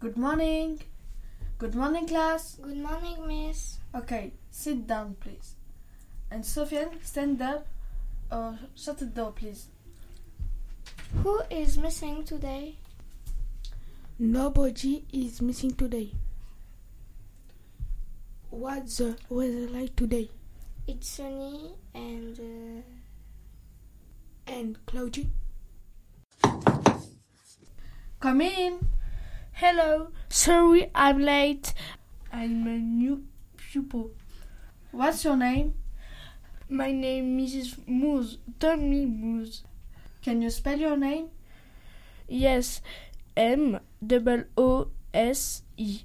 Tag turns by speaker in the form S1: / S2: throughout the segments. S1: Good morning. Good morning, class.
S2: Good morning, miss.
S1: Okay, sit down, please. And Sofian, stand up or shut the door, please.
S2: Who is missing today?
S3: Nobody is missing today. What's the weather like today?
S2: It's sunny and uh,
S3: And cloudy?
S1: Come in.
S4: Hello, sorry I'm late.
S1: I'm a new pupil. What's your name?
S4: My name is Moose. Tell me, Moose.
S1: Can you spell your name?
S4: Yes, M double O S E.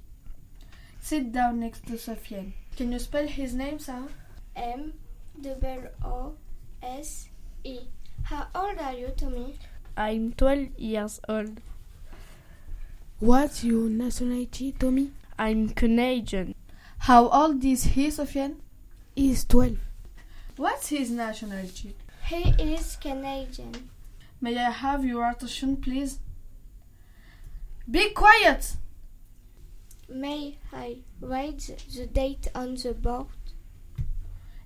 S1: Sit down next to Sofian. Can you spell his name, Sarah?
S2: M double O S E. How old are you, Tommy?
S4: I'm 12 years old.
S3: What's your nationality, Tommy?
S4: I'm Canadian.
S1: How old is he, Sofian?
S3: Is 12.
S1: What's his nationality?
S2: He is Canadian.
S1: May I have your attention, please? Be quiet!
S2: May I read the date on the board?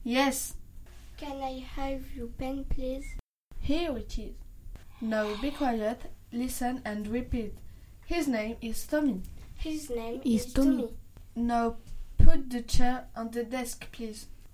S1: Yes,
S2: Can I have your pen, please?
S1: here it is. Now be quiet, listen, and repeat. His name is Tommy.
S2: His name
S3: Is
S2: is
S3: Tommy.
S2: Tommy.
S1: Now put the chair on the desk, please.